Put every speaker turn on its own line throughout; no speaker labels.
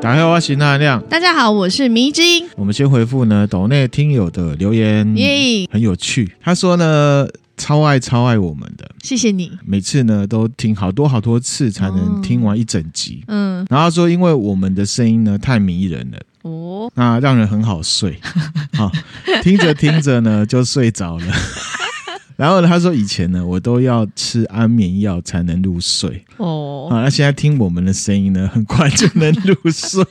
打开我行含量。
大家好，我是迷之音，
我们先回复呢岛内听友的留言，
耶、
很有趣。他说呢，超爱超爱我们的，
谢谢你。
每次呢都听好多好多次才能听完一整集。
嗯，
然后他说，因为我们的声音呢太迷人了，
哦，
那让人很好 睡，好、听着听着呢就睡着了。 然后呢他说以前呢我都要吃安眠药才能入睡，
哦，
啊，那现在听我们的声音呢，很快就能入 睡。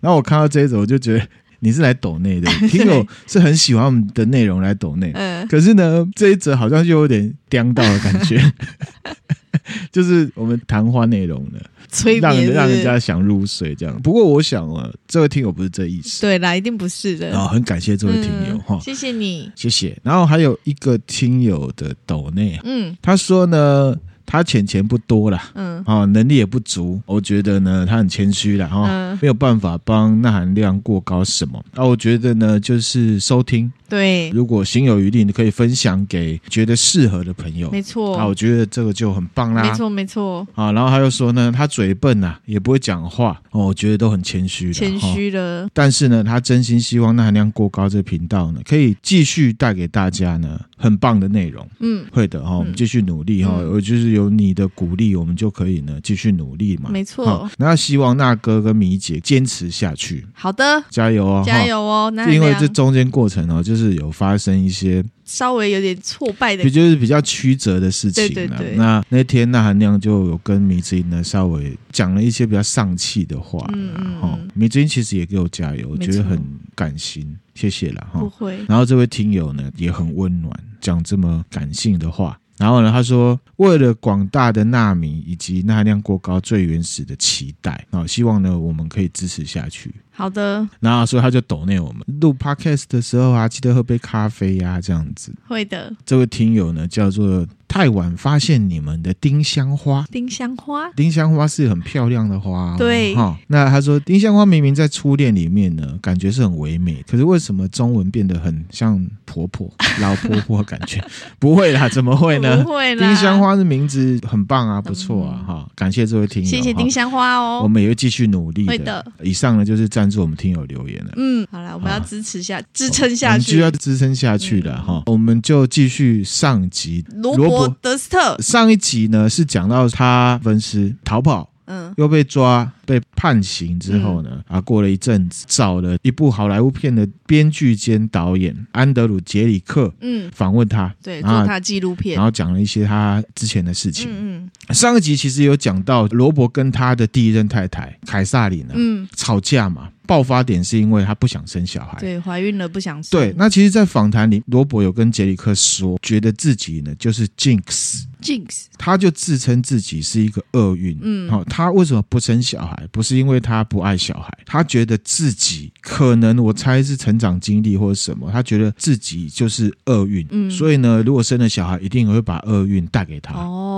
然后我看到这一则，我就觉得你是来抖内 的，听友是很喜欢我们的内容来抖内。
嗯、
可是呢，这一则好像又有点颠到的感 觉，就是我们谈话内容呢，
催
让
眠是
人
不是
让人家想入睡这样。不过我想啊，这位听友不是这意思
对啦，一定不是的。
啊、很感谢这位听友
嗯
哈，
谢谢你。
谢谢。然后还有一个听友的抖内，
嗯
他说呢，他钱钱不多啦。
嗯
哦，能力也不足，我觉得呢，他很谦虚了哈，
嗯
没有办法帮那含量过高什么。啊，我觉得呢，就是收听，
对，
如果心有余力，你可以分享给觉得适合的朋友。
没错，
啊，我觉得这个就很棒啦。
没错，没错，
啊，然后他又说呢，他嘴笨啊，也不会讲话，哦，我觉得都很谦虚的。
谦
哈
虚了。
但是呢，他真心希望那含量过高这频道呢，可以继续带给大家呢很棒的内容。
嗯，
会的哈、哦我们继续努力哈、
嗯
我就是有你的鼓励，我们就可以呢继续努力嘛。
没错
好那希望那哥跟米姐坚持下去，
好的，
加油哦！
加
哈！
油哦。那
因为
量
这中间过程哦，就是有发生一些，
稍微有点挫败的
比，就是比较曲折的事情了。
对对对
那那天那含量就有跟米之音呢稍微讲了一些比较丧气的话啦，
嗯嗯
哈
嗯
米之音其实也给我加油，我
没
觉得
错
很感心，谢谢啦哈。
不会。
然后这位听友呢也很温暖，讲这么感性的话。然后呢，他说为了广大的纳米以及钠量过高最原始的期待啊、希望呢我们可以支持下去。
好的，
然后所以他就抖内我们录 podcast 的时候啊，记得喝杯咖啡呀、这样子。
会的。
这位听友呢叫做太晚发现你们的丁香花。
丁香花，
丁香花是很漂亮的花、哦，
对
哈、那他说，丁香花明明在初恋里面呢，感觉是很唯美，可是为什么中文变得很像婆 婆、老婆婆的感觉？不会啦，怎么会呢
不？会啦。嗯
丁香，花的名字很棒啊，不错啊，哈、感谢这位听友，
谢谢丁
香、
香花
我
哦。
们也会继续努力的。
会的
以上呢就是赞助我们听友留言了。
嗯，好啦，我们要
好
支持下，支撑下
我们就
去嗯
要。支撑下去了哈、我们就继续上集。
罗伯德斯特，
上一集呢是讲到他分尸逃跑，
嗯，
又被抓被判刑之后呢，啊，过了一阵子，找了一部好莱坞片的编剧兼导演安德鲁·杰里克
嗯，
访问他，
对，
然
做
后
他纪录片
啊然，后讲了一些他之前的事情。
嗯
上一集其实有讲到罗伯跟他的第一任太太凯撒琳呢、
嗯嗯，
吵架嘛，爆发点是因为他不想生小孩。
对，怀孕了不想生
啊对，那其实，在访谈里，罗伯有跟杰里克说，觉得自己呢就是 Jinx，
Jinx，
他就自称自己是一个厄运。
嗯
好、他为什么不生小孩？不是因为他不爱小孩，他觉得自己可能，我猜是成长经历或者什么，他觉得自己就是厄运。
嗯
所以呢，如果生了小孩，一定会把厄运带给他。
哦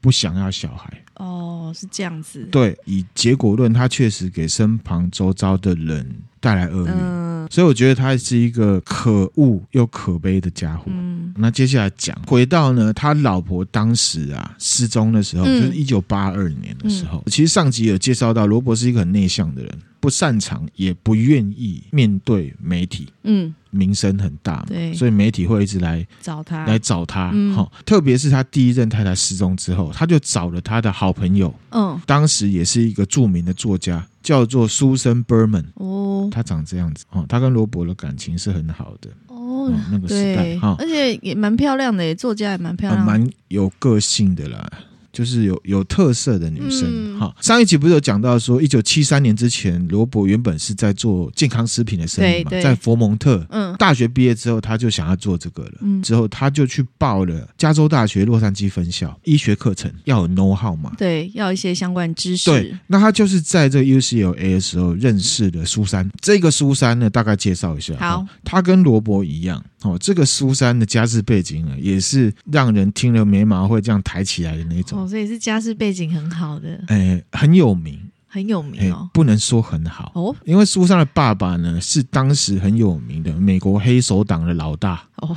不想要小孩，
哦，是这样子，
对，以结果论，他确实给身旁周遭的人带来厄运，
嗯
所以我觉得他是一个可恶又可悲的家伙。
嗯
那接下来讲，回到呢，他老婆当时啊失踪的时候，
嗯
就是一九八二年的时候。其实上集有介绍到，罗伯是一个很内向的人，不擅长也不愿意面对媒体，
嗯，
名声很大嘛，
对
所以媒体会一直来
找他
来，找他。哈、
嗯
特别是他第一任太太失踪之后，他就找了他的好朋友，
嗯
当时也是一个著名的作家，叫做 Susan Berman。
哦
他长这样子哦，他跟罗伯的感情是很好的，
哦
哦，那个时代
对
哈，，
而且也蛮漂亮的耶，作家也蛮漂
呃
亮的，
蛮有个性的啦，就是有有特色的女生。
嗯
哈、上一集不是有讲到说，一九七三年之前，罗伯原本是在做健康食品的生意嘛，
对对
在佛蒙特。
嗯
大学毕业之后，他就想要做这个了。
嗯
之后他就去报了加州大学洛杉矶分校医学课程，要有 know how 嘛。
对，要一些相关知
对
识，，
那他就是在这个 UCLA 的时候认识了苏珊。这个苏珊呢，大概介绍一下。
好
哦，她跟罗伯一样哦。这个苏珊的家世背景呢，也是让人听了眉毛会这样抬起来的那种。
哦，所以是家世背景很好的，
哎，很有名，
很有
哎
名哦，，
不能说很好，
哦
因为苏珊的爸爸呢是当时很有名的美国黑手党的老大，
哦，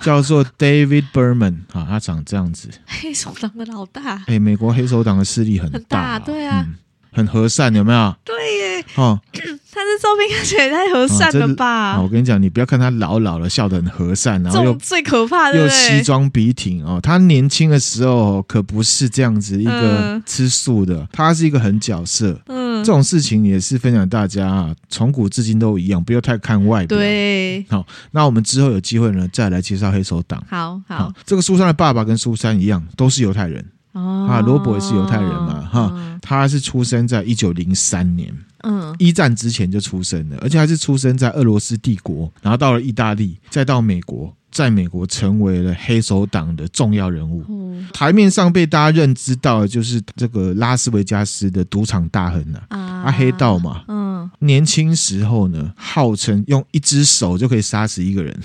叫做 David Berman 啊，他长这样子。
黑手党的老大
哎，美国黑手党的势力很
很
大
大，
哦，
对啊
嗯，很和善，有没有？
对耶，
哦，
他这照片看起来也太和善了吧？
啊我跟你讲，你不要看他老老了，笑得很和善，然
这
后又
种最可怕，啊对
又
不
西
对？
装笔挺哦。他年轻的时候可不是这样子一个
嗯
吃素的，他是一个很角色。
嗯
这，种事情也是分享大家啊，从古至今都一样，不要太看外表。，
对，
那我们之后有机会呢，再来介绍黑手党。
好好
这个苏珊的爸爸跟苏珊一样，都是犹太人。
哦
啊罗伯也是犹太人嘛哈，他是出生在一九零三年，
嗯
一战之前就出生了，而且他是出生在俄罗斯帝国，然后到了意大利，再到美国，在美国成为了黑手党的重要人物。
嗯
台面上被大家认知到的就是这个拉斯维加斯的赌场大亨呐、
哦
啊，
啊
黑道嘛。
嗯，
年轻时候呢，号称用一只手就可以杀死一个人，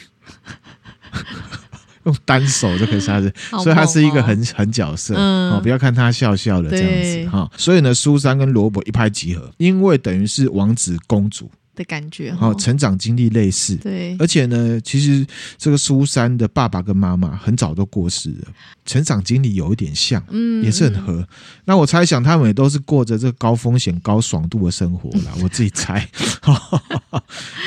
用单手就可以杀死，
好
所以他
猛
是一个
哦
很很角色、
嗯
哦，不要看他笑笑的这样
对
子哈、所以呢，苏珊跟罗伯一拍即合，因为等于是王子公主，
的感觉
哦，
哦，
成长经历类似。
对，
而且呢，其实这个苏珊的爸爸跟妈妈很早都过世了，成长经历有一点像，
嗯，
也是很
嗯
合。那我猜想他们也都是过着这个高风险高爽度的生活 啦，我自己猜。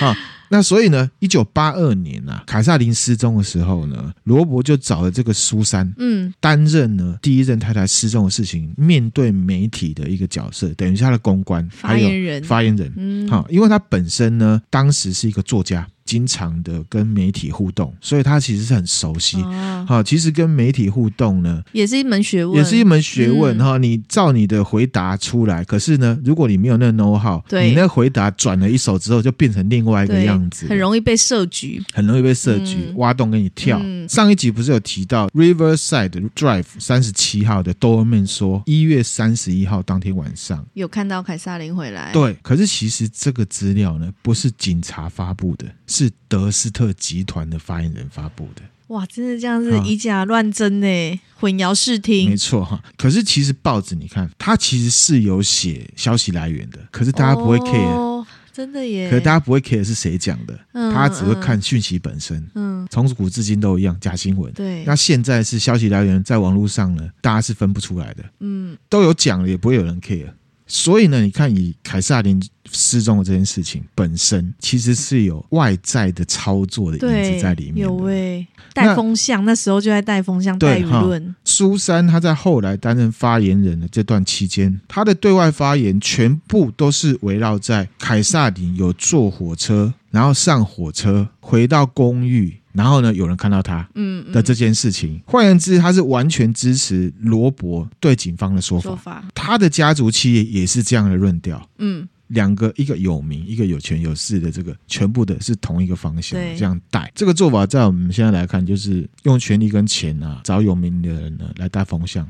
啊，那所以呢，一九八二年啊，凯撒琳失踪的时候呢，罗伯就找了这个苏珊。
嗯
担任呢第一任太太失踪的事情，面对媒体的一个角色，等于是他的公关，
发
还有
言人，
发言人。
嗯，
好，因为他本身呢，当时是一个作家，经常的跟媒体互动，所以他其实是很熟悉。
哦，
好，其实跟媒体互动呢，
也是一门学问，
也是一门学问
嗯
哈、你照你的回答出来，可是呢，如果你没有那 know how，
对
你那回答转了一手之后，就变成另外一个
对
样子，
很容易被设局。
很容易被设局、
嗯
挖洞给你跳。
嗯
上一集不是有提到 Riverside Drive 三十七号的 Doorman 说，一月三十一号当天晚上。
有看到凯撒琳回来，
对，可是其实这个资料呢，不是警察发布的，是德斯特集团的发言人发布的。
哇，真的这样是
啊
以假乱真呢，混淆视听
没。错哈，可是其实报纸你看，它其实是有写消息来源的，可是大家不会 care，、
哦真的耶。
可是大家不会 care 是谁讲的，
嗯
他只会看讯息本身。
嗯，嗯
从古至今都一样，假新闻。
对，
那现在是消息来源在网络上呢，大家是分不出来的，
嗯
都有讲了，也不会有人 care。所以呢，你看以凯撒琳失踪的这件事情本身，其实是有外在的操作的因
对
子在里面
有
的。
喂，带风向，那时候就在带风向、带
对
舆论，
苏珊她在后来担任发言人的这段期间，她的对外发言全部都是围绕在凯撒琳有坐火车，然后上火车回到公寓，然后呢有人看到她
嗯嗯
的这件事情。换言之，她是完全支持罗伯对警方的说
说
法。
法，
她的家族企业也是这样的论调。
嗯，
两个，一个有名，一个有权有势的，这个全部的是同一个方向，
对
这样带。这个做法在我们现在来看，就是用权力跟钱啊，找有名的人呢来带风向。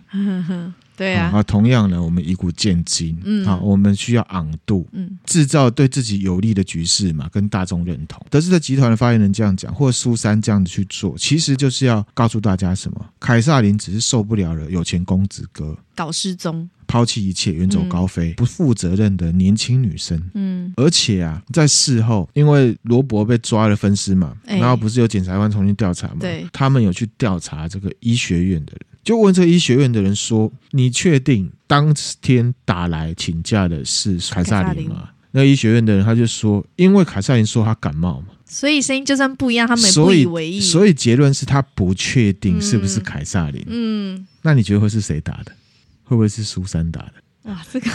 对啊，
好，同样呢，我们以古见今，
嗯
好，我们需要昂度，
嗯
制造对自己有利的局势嘛，跟大众认同。德斯特集团的发言人这样讲，或者苏珊这样子去做，其实就是要告诉大家什么？凯撒琳只是受不了了有钱公子哥。
搞失踪，
抛弃一切，远走高飞，不负责任的年轻女生。
嗯
而且啊，在事后，因为罗伯被抓了分尸嘛，
哎
然后不是有检察官重新调查嘛，
对
他们有去调查这个医学院的人，就问这个医学院的人说：“你确定当天打来请假的是凯撒
凯撒
琳
琳
吗？”那医学院的人他就说：“因为凯撒琳说她感冒嘛，
所以声音就算不一样，他们也不
所
以
以
为意，
所以结论是他不确定是不是
嗯
凯撒琳。
嗯，
那你觉得会是谁打的？会不会是苏珊打的？”
哇，这个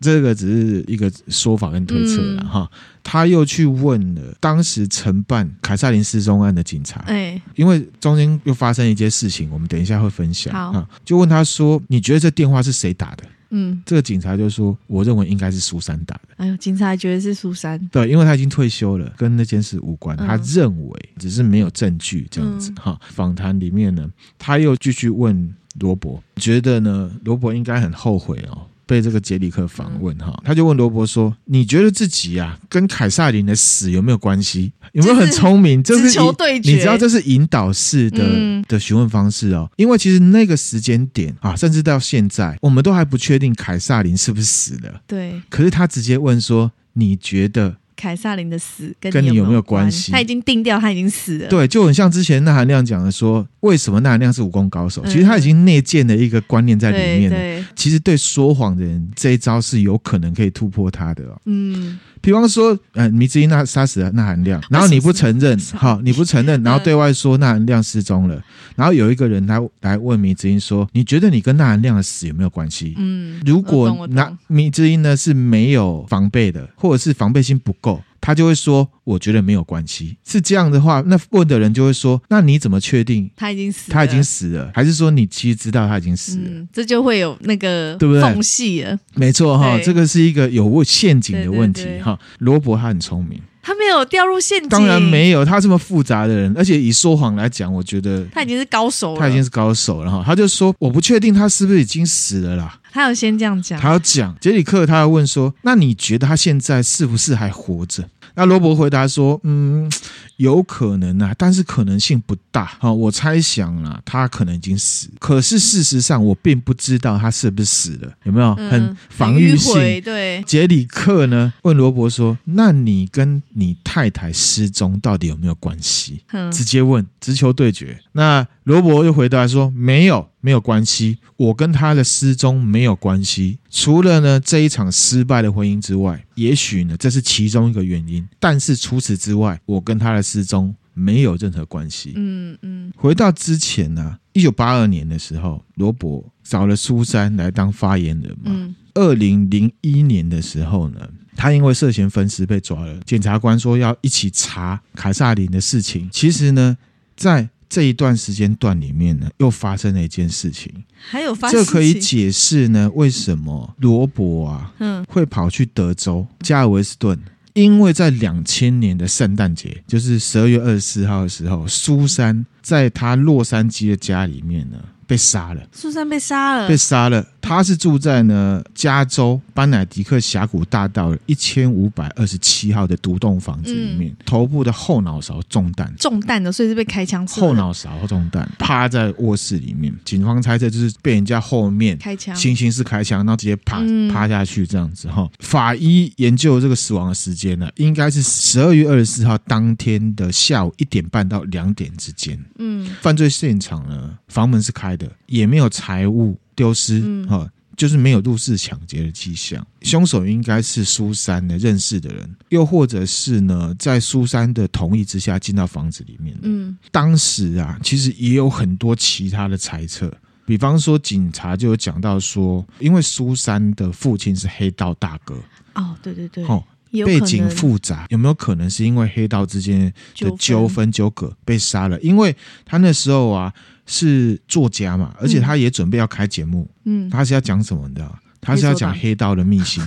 这个只是一个说法跟推测了
嗯
哈。他又去问了当时承办凯撒琳失踪案的警察，
哎，
因为中间又发生一件事情，我们等一下会分享
好
啊。就问他说：“你觉得这电话是谁打的
嗯？”，
这个警察就说：“我认为应该是苏珊打的。
哎呦，警察还觉得是苏珊”，
对，因为他已经退休了，跟那件事无关。
嗯
他认为只是没有证据这样子
嗯
哈。访谈里面呢，他又继续问罗伯，觉得呢，罗伯应该很后悔哦，被这个杰里克访问
嗯
哈、他就问罗伯说：“你觉得自己啊，跟凯撒琳的死有没有关系？有没有很聪明？这
直
是
球
引
对决，
你知道这是引导式的、
嗯
的询问方式哦，因为其实那个时间点啊，甚至到现在，我们都还不确定凯撒琳是不是死了。
对，
可是他直接问说：你觉得
凯撒琳的死跟
跟你
有
有没有关
关
系
他已经定掉，他已经死了。
对，就很像之前那含亮讲的说，为什么那含亮是武功高手？
嗯
其实他已经内建了一个观念在里
对
面了。
对，
其实对说谎的人，这一招是有可能可以突破他的、哦。
嗯，
比方说，呃，迷之音那杀死了那含
啊
亮，然后你不承认，好，你不承认，
嗯
然后对外说那含亮失踪了，然后有一个人来来问迷之音说，你觉得你跟那含亮的死有没有关系？
嗯，
如
我懂
果
我懂
那迷之音呢是没有防备的，或者是防备心不够，他就会说我觉得没有关系。是这样的话，那问的人就会说，那你怎么确定
他已经死了，
他已经死了？还是说你其实知道他已经死了？
嗯，这就会有那个
对不对
缝隙了。
没错哈，
对
这个是一个有陷阱的问
对对
题
对
哈。罗伯他很聪明，
他没有掉入陷阱，
当然，没有他这么复杂的人，而且以说谎来讲，我觉得
他已经是高手了，
他已经是高手了哈。他就说我不确定他是不是已经死了啦，
他有先这样讲，
他要讲。杰里克他要问说，那你觉得他现在是不是还活着？那罗伯回答说，嗯，有可能啊，但是可能性不大。哈、我猜想啦，他可能已经死，可是事实上我并不知道他是不是死了，有没有
嗯
很防御性？
迂回对，
杰里克呢问罗伯说：“那你跟你太太失踪到底有没有关系？”
嗯，
直接问，直球对决。那罗伯就回答说：“没有，没有关系，我跟她的失踪没有关系。除了呢这一场失败的婚姻之外，也许呢这是其中一个原因，但是除此之外，我跟她的失踪没有任何关系。”
嗯嗯，
回到之前呢、啊，一九八二年的时候，罗伯找了苏珊来当发言人嘛。
嗯，
二零零一年的时候呢，他因为涉嫌分尸被抓了。检察官说要一起查凯撒琳的事情。其实呢，在这一段时间段里面呢，又发生了一件事情，
还有发
这
现
可以解释呢为什么罗伯啊
嗯
会跑去德州加尔维斯顿。因为在两千年的圣诞节，就是十二月二十四号的时候，苏珊在她洛杉矶的家里面呢被杀了。
苏珊被杀了，
被杀了。他是住在呢加州班乃迪克峡谷大道一千五百二十七号的独栋房子里
嗯
面，头部的后脑勺中弹。
中弹的，所以是被开枪射的
后脑勺中弹，趴在卧室里面。警方猜测就是被人家后面
开枪，
行刑式开枪，然后直接趴、
嗯
趴下去这样子哈。法医研究这个死亡的时间呢，应该是十二月二十四号当天的下午一点半到两点之间。
嗯
犯罪现场呢，房门是开的，也没有财物丢失，
嗯
哈、就是没有入室抢劫的迹象。凶手应该是苏珊的认识的人，又或者是呢，在苏珊的同意之下进到房子里面的。
嗯
当时啊，其实也有很多其他的猜测。比方说，警察就有讲到说，因为苏珊的父亲是黑道大哥，
哦，对对对，
哦，
也有可
背
能
景复杂，有没有可能是因为黑道之间的纠
纠，
纷纠葛被杀了，因为他那时候啊是作家嘛，而且他也准备要开节目，
嗯
他是要讲什么的？他是要讲黑道的秘 辛。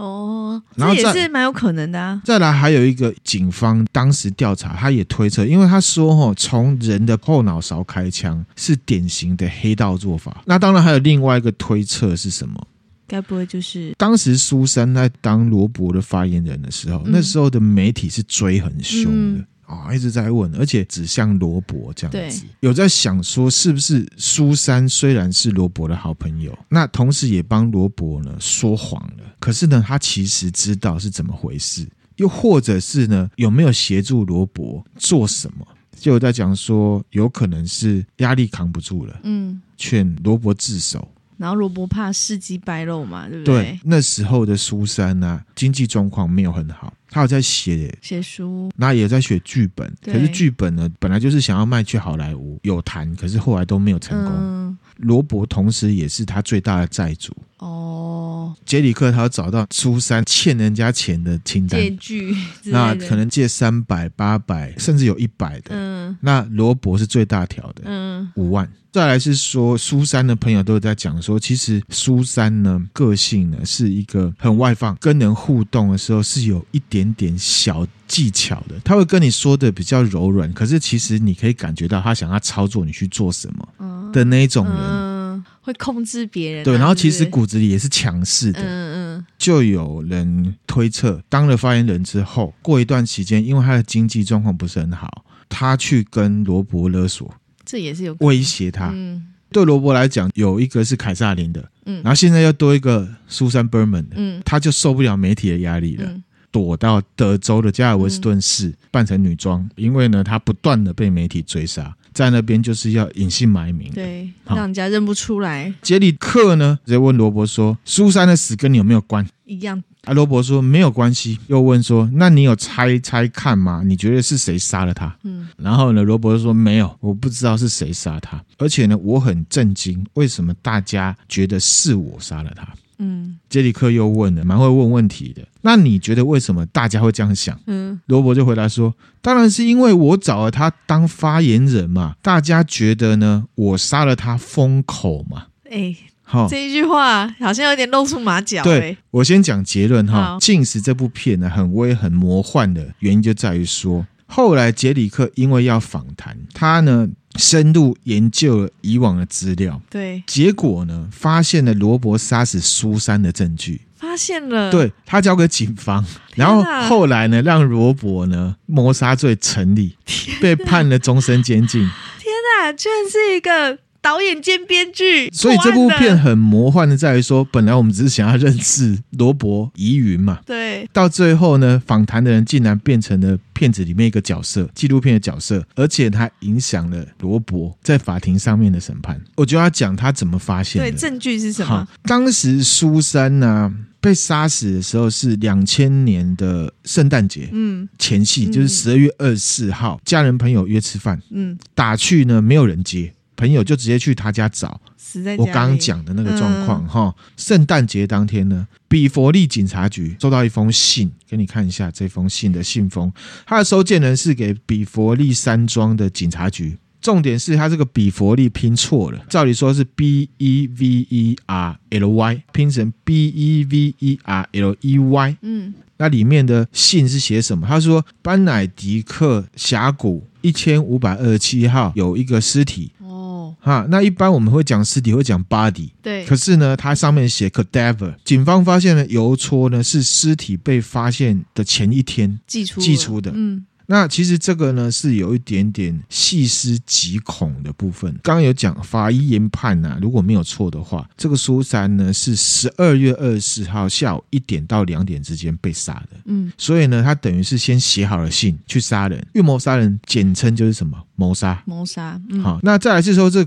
哦，
然后
这也
再
是蛮有可能的啊，
再来还有一个警方当时调查，他也推测，因为他说哦，从人的后脑勺开枪是典型的黑道做法。那当然还有另外一个推测是什么？
该不会就是
当时苏珊在当罗伯的发言人的时候，
嗯
那时候的媒体是追很凶的
嗯
啊、一直在问，而且指向罗伯这样子
对，
有在想说是不是苏珊虽然是罗伯的好朋友，那同时也帮罗伯呢说谎了，可是呢，他其实知道是怎么回事，又或者是呢有没有协助罗伯做什么？就有在讲说，有可能是压力扛不住了，
嗯，
劝罗伯自首。
然后罗伯怕事机败露嘛，对不
对，？那时候的苏珊呢、经济状况没有很好，她有在写，
写书，
那也在写剧本。可
对
是剧本呢，本来就是想要卖去好莱坞，有谈，可是后来都没有成功。
嗯，
罗、伯同时也是他最大的债主，
哦，
杰里克他要找到苏珊欠人家钱的清单，
借据之
那
类
可
的，
能借三百、八百，甚至有一百的。
嗯
那罗伯是最大条的，
嗯
五万。再来是说，苏珊的朋友都有在讲说，其实苏珊呢，个性呢是一个很外放，跟人互动的时候是有一点点小技巧的。他会跟你说的比较柔软，可是其实你可以感觉到他想要操作你去做什么
嗯
的那一种人。
嗯，会控制别人啊，
对，然后其实
是不
骨子里也是强势
是
的，
嗯嗯
就有人推测，当了发言人之后，过一段期间，因为他的经济状况不是很好，他去跟罗伯勒索，
这也是有可
威胁他，
嗯
对罗伯来讲，有一个是凯撒琳的，
嗯
然后现在又多一个苏珊· Berman 的，
嗯
他就受不了媒体的压力了。
嗯
躲到德州的加尔维斯顿市扮成女装，因为呢，她不断的被媒体追杀，在那边就是要隐姓埋名。
对，
好
让人家认不出来，
杰里克呢，直接问罗伯说：“苏珊的死跟你有没有关
一样。？”
啊，罗伯说：“没有关系。”又问说：“那你有猜猜看吗？你觉得是谁杀了她？”
嗯，
然后呢，罗伯就说没有，我不知道是谁杀他，而且呢，我很震惊，为什么大家觉得是我杀了他？
嗯
杰里克又问了，蛮会问问题的。那你觉得为什么大家会这样想？
嗯
罗伯就回答说：“当然是因为我找了他当发言人嘛，大家觉得呢，我杀了他封口嘛。
哎、
好、
这一句话好像有点露出马脚、
哦对
哎，
我先讲结论哈，
好
《禁食》这部片呢，很微很魔幻的原因就在于说，后来杰里克因为要访谈，他呢深入研究了以往的资料，
对，
结果呢发现了罗伯杀死苏珊的证据，
发现了，，
对他交给警方，
嗯天
然
啊
后后来呢让罗伯呢谋杀罪成立，被判了终身监禁。
那啊居然是一个导演兼编剧，
所以这部
破案的
片很魔幻的在于说，本来我们只是想要认识罗伯疑云嘛，
对，
到最后呢，访谈的人竟然变成了片子里面一个角色，纪录片的角色，而且他影响了罗伯在法庭上面的审判。我就要讲他怎么发现的。
对，证据是什
好
么？，
当时苏珊呢、被杀死的时候是两千年的圣诞节
嗯
前夕，
嗯
就是十二月二十四号，家人朋友约吃饭，
嗯，
打去呢没有人接。朋友就直接去他家找，
死在
我
家
刚刚
里，嗯
讲的那个状况哈。圣诞节当天呢，比佛利警察局收到一封信，给你看一下这封信的信封，它的收件人是给比佛利山庄的警察局。重点是它这个比佛利拼错了，照理说是 B E V E R L Y，拼成 B E V E R L E Y。
嗯
那里面的信是写什么？他说班乃迪克峡谷一千五百二十七号有一个尸体，
哦，
哈，那一般我们会讲尸体，会讲 body，
对，
可是呢，它上面写 cadaver。警方发现了邮戳呢是尸体被发现的前一天。
寄出
寄
了
出的
嗯
那其实这个呢是有一点点细思极恐的部分。刚刚有讲法医研判呐、如果没有错的话，这个苏珊呢是十二月二十四号下午一点到两点之间被杀的。
嗯，
所以呢，他等于是先写好了信去杀人，预谋杀人简称就是什么谋杀。
谋杀，嗯，
好，那再来是说这个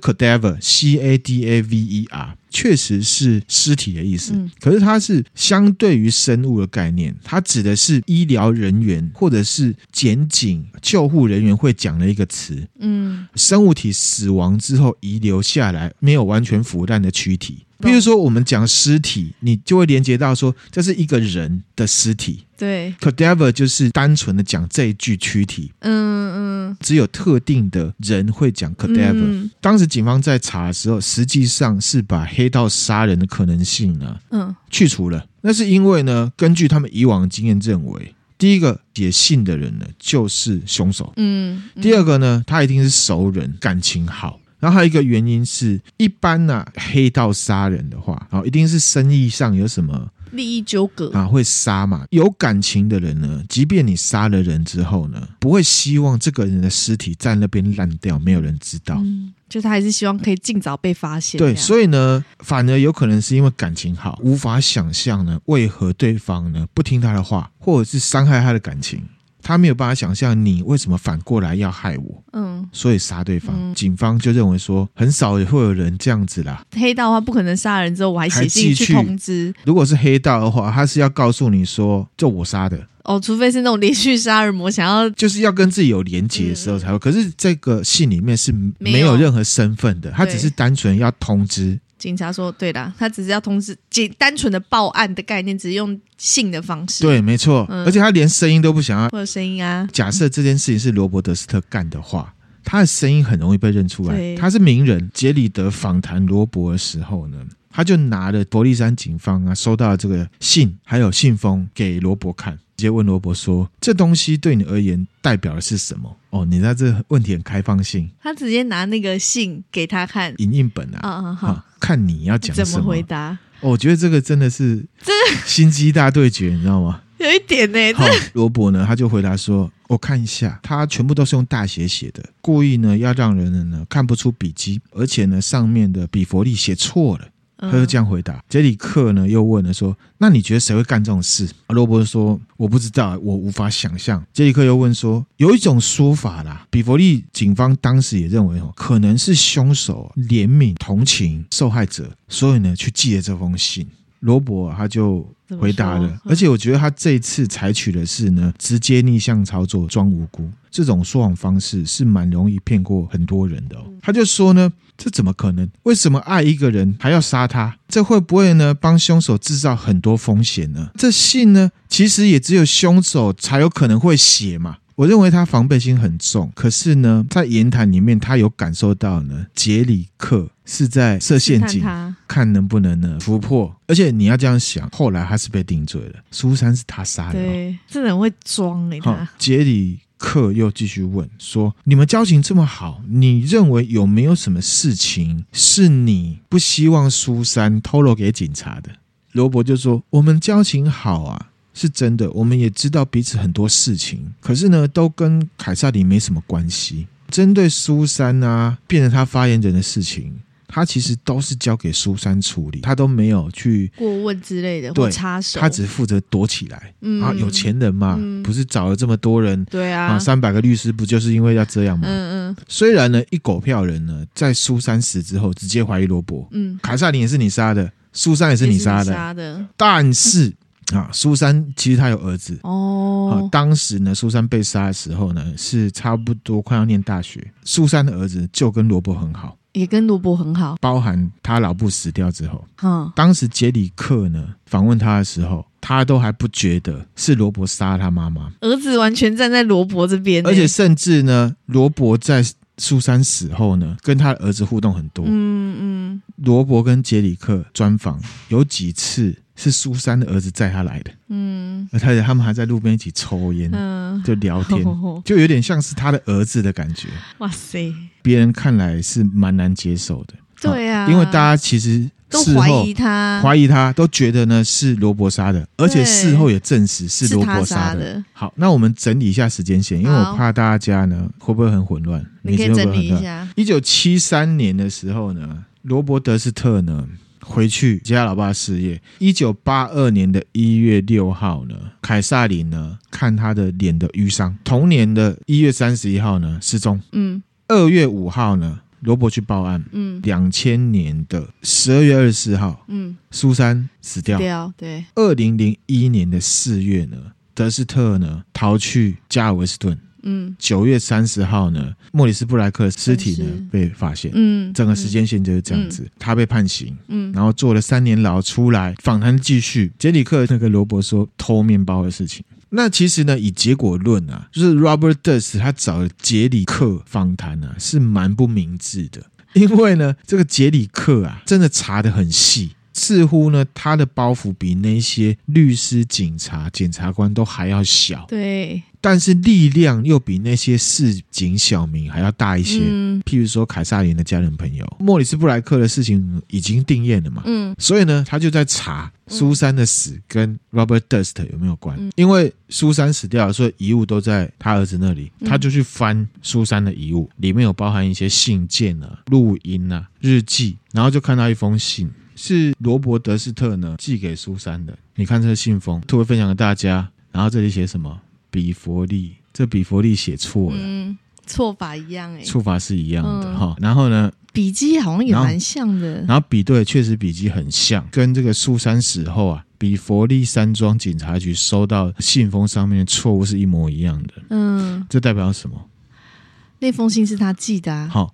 cadaver，c a d a v e r，确实是尸体的意思，
嗯
可是它是相对于生物的概念，它指的是医疗人员或者是检警、救护人员会讲的一个词。
嗯
生物体死亡之后遗留下来没有完全腐烂的躯体，
懂
比如说我们讲尸体，你就会连接到说这是一个人的尸体
对，
，cadaver 就是单纯的讲这一具躯体，
嗯嗯
只有特定的人会讲 cadaver。
嗯
当时警方在查的时候，实际上是把黑道杀人的可能性呢
嗯，
去除了。那是因为呢，根据他们以往的经验认为，第一个写信的人呢就是凶手，
嗯，嗯
第二个呢他一定是熟人，感情好。然后还有一个原因是，一般呢、黑道杀人的话，啊、一定是生意上有什么
利益纠葛，
啊会杀嘛。有感情的人呢，即便你杀了人之后呢，不会希望这个人的尸体在那边烂掉，没有人知道。
嗯，啊就他还是希望可以尽早被发现这
对，
样，以
所以呢，反而有可能是因为感情好，无法想象呢，为何对方呢不听他的话，或者是伤害他的感情。他没有办法想象你为什么反过来要害我，
嗯，
所以杀对方。
嗯
警方就认为说，很少会有人这样子啦。
黑道的话不可能杀人之后我还
还
写
寄
信去
去
通知
如果是黑道的话，他是要告诉你说，就我杀的，
哦，除非是那种连续杀人魔想要
就是要跟自己有连结的时候才会。可是这个信里面是没
嗯没
有
有
任何身份的，他只是
对
单纯要通知。
警察说，对啦，他只是要通知，简单纯的报案的概念，只是用信的方式，，
对，没错，
嗯
而且他连声音都不想要
或者声音啊，
假设这件事情是罗伯·德斯特干的话，他的声音很容易被认出来。
对
他是名人。杰里德访谈罗伯的时候呢，他就拿了伯利山警方啊收到的这个信还有信封给罗伯看，直接问罗伯说：“这东西对你而言代表的是什么？”哦，你在这问题很开放性，
他直接拿那个信给他看，
影印本啊，
啊啊
啊
好，
看你要讲
怎
什
么
么。
回答？
哦，我觉得这个真的 是心机大对决，你知道吗？
有一点呢、
好，罗伯呢，他就回答说：“我看一下，他全部都是用大写写的，故意呢要让人呢看不出笔迹，而且呢上面的比佛利写错了。
嗯
他就这样回答。杰里克呢又问了说：“那你觉得谁会干这种事？”啊罗伯就说：“我不知道，我无法想象。”杰里克又问说：“有一种说法啦，比佛利警方当时也认为哦，可能是凶手怜悯、同情受害者，所以呢去寄了这封信。”罗伯啊他就
怎么
回答
说嗯
了，而且我觉得他这一次采取的是呢，直接逆向操作，装无辜。这种说谎方式是蛮容易骗过很多人的、哦。
嗯
他就说呢，这怎么可能？为什么爱一个人还要杀他？这会不会呢帮凶手制造很多风险呢？这信呢，其实也只有凶手才有可能会写嘛。我认为他防备心很重，可是呢，在言谈里面，他有感受到呢，杰里克是在设
试
陷
探
阱，
他，
看能不能呢突破。而且你要这样想，后来他是被定罪了，苏珊是他杀的、哦。
对，这人会装哎、
好
他，
杰里克又继续问说：“你们交情这么好，你认为有没有什么事情是你不希望苏珊透露给警察的？”罗伯就说：“我们交情好啊。”是真的，我们也知道彼此很多事情，可是呢，都跟凯撒里没什么关系。针对苏珊啊，变成他发言人的事情，他其实都是交给苏珊处理，他都没有去
过问之类的
对
或插手，
他只负责躲起来。
嗯
啊，有钱人嘛，
嗯
不是找了这么多人
对
啊，
啊，
三百个律师不就是因为要这样吗？
嗯嗯
虽然呢，一狗票人呢，在苏珊死之后直接怀疑罗伯，
嗯，
凯撒琳也是你杀的，苏珊也是
这
你杀的，
杀的
但是啊，苏珊其实她有儿子。啊
哦，，
当时呢，苏珊被杀的时候呢，是差不多快要念大学。苏珊的儿子就跟罗伯很好，
也跟罗伯很好，
包含他老布死掉之后，
哈、
当时杰里克呢访问他的时候，他都还不觉得是罗伯杀他妈妈，
儿子完全站在罗伯这边欸、
而且甚至呢，罗伯在苏珊死后呢，跟他的儿子互动很多。
嗯嗯
罗伯跟杰里克专访有几次是苏珊的儿子载他来的，
嗯
而且他们还在路边一起抽烟，
嗯，
就聊 天，
哦
就有点像是他的儿子的感觉。
哇塞，
别人看来是蛮难接受的，
对啊，
因为大家其实
都
事
怀
后
疑他，
怀疑他，都觉得呢是罗伯杀的，而且事后也证实是罗伯杀
是他杀
的
的。
好，那我们整理一下时间线，因为我
好
怕大家呢会不会很混乱？
你可
觉
以
得会
整
不会很
理一
乱？
下，
一九七三年的时候呢，罗伯德斯特呢回去接他老爸的事业。一九八二年的一月六号呢，凯撒琳呢看他的脸的淤伤，同年的一月三十一号呢失踪，
嗯
二月五号呢罗伯去报案。
嗯
两千年的十二月二十四号，
嗯，
苏珊死掉。
掉对，
二零零一年的四月呢，德斯特呢逃去加尔维斯顿。
嗯
九月三十号呢，莫里斯布莱克的尸体
分尸
呢被发现。
嗯，
整个时间线就是这样子，他被判刑，
嗯，嗯
然后坐了三年牢出来，访谈继续。杰里克那个罗伯说偷面包的事情。那其实呢，以结果论啊，就是 Robert Durst 他找了杰里克访谈啊，是蛮不明智的，因为呢，这个杰里克啊，真的查得很细，似乎呢，他的包袱比那些律师、警察、检察官都还要小，
对，
但是力量又比那些市井小民还要大一些。
嗯
譬如说凯撒琳的家人朋友，莫里斯布莱克的事情已经定验了嘛，
嗯
所以呢，他就在查苏珊的死跟 Robert Durst 有没有
嗯
关，因为苏珊死掉了，所以遗物都在他儿子那里，
嗯
他就去翻苏珊的遗物，里面有包含一些信件啊、录音啊、日记，然后就看到一封信。是罗伯德斯特呢寄给苏珊的，你看这个信封，特别分享给大家。然后这里写什么？比佛利，这比佛利写错了，
嗯，错法一样哎、
处罚是一样的
嗯
哈、然后呢，
笔记好像也
然后
蛮像的，
然后比对确实笔迹很像，跟这个苏珊死后啊，比佛利山庄警察局收到信封上面的错误是一模一样的。
嗯，
这代表什么？
那封信是他寄的、啊，
好、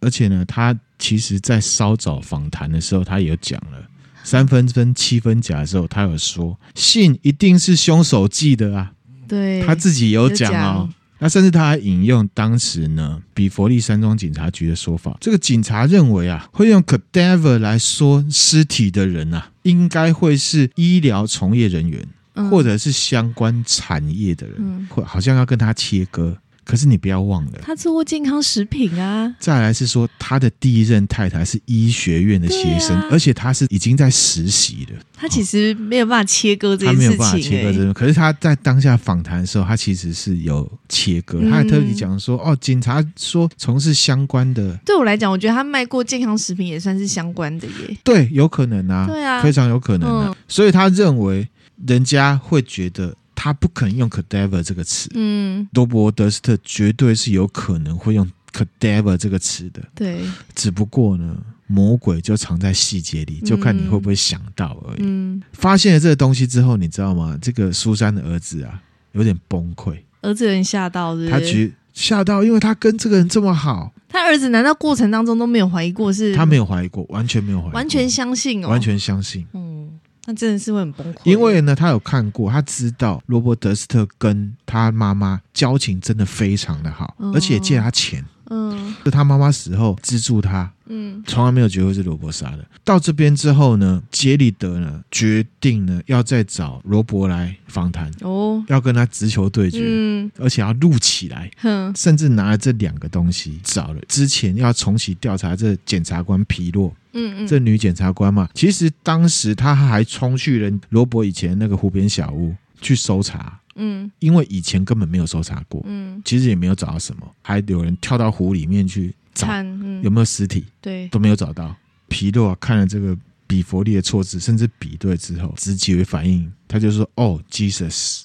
而且呢，他其实在稍早访谈的时候，他也有讲了。三分真七分假的时候，他有说信一定是凶手寄的啊，
对，
他自己有讲
有
哦
讲。
那甚至他还引用当时呢比佛利山庄警察局的说法，这个警察认为啊，会用 cadaver 来说尸体的人啊，应该会是医疗从业人员，
嗯
或者是相关产业的人，
嗯
或好像要跟他切割。可是你不要忘了，
他做过健康食品啊，
再来是说他的第一任太太是医学院的学生，
对啊
而且他是已经在实习了，
他其实没有办法切割这
他
件
没
事
有
情、
办法切割
欸
这个。可是他在当下访谈的时候，他其实是有切割，
嗯
他还特地讲说，哦，警察说从事相关的。
对我来讲，我觉得他卖过健康食品也算是相关的耶。
对，有可能啊，
对啊
非常有可能啊。
嗯
所以他认为人家会觉得他不可能用 cadaver 这个词，
嗯，
罗伯德斯特绝对是有可能会用 cadaver 这个词的，
对，
只不过呢。魔鬼就藏在细节里，就看你会不会想到而已。
嗯，
发现了这个东西之后，你知道吗？这个苏珊的儿子啊，有点崩溃，
儿子有点吓到，对不
他
对？
觉吓到，因为他跟这个人这么好，
他儿子难道过程当中都没有怀疑过是？
他没有怀疑过，完全没有怀疑过，
完全相信哦，
完，全相信。
嗯，那真的是会很崩溃，
因为呢，他有看过，他知道罗伯德斯特跟他妈妈交情真的非常的好，
哦
而且借他钱，
嗯
就他妈妈死后资助他，
嗯
从来没有觉得会是罗伯杀的。到这边之后呢，杰里德呢决定呢要再找罗伯来访谈，
哦
要跟他直球对决，
嗯
而且要录起来。
哼
甚至拿了这两个东西找了之前要重启调查这检察官皮洛，
嗯嗯
这女检察官嘛，其实当时她还冲去了罗伯以前那个湖边小屋去搜查，
嗯
因为以前根本没有搜查过，
嗯
其实也没有找到什么，还有人跳到湖里面去找
看嗯
有没有尸体，
对
都没有找到。皮洛、啊、看了这个比佛利的措辞，甚至比对之后，直觉反应，他就说：“哦，Jesus。”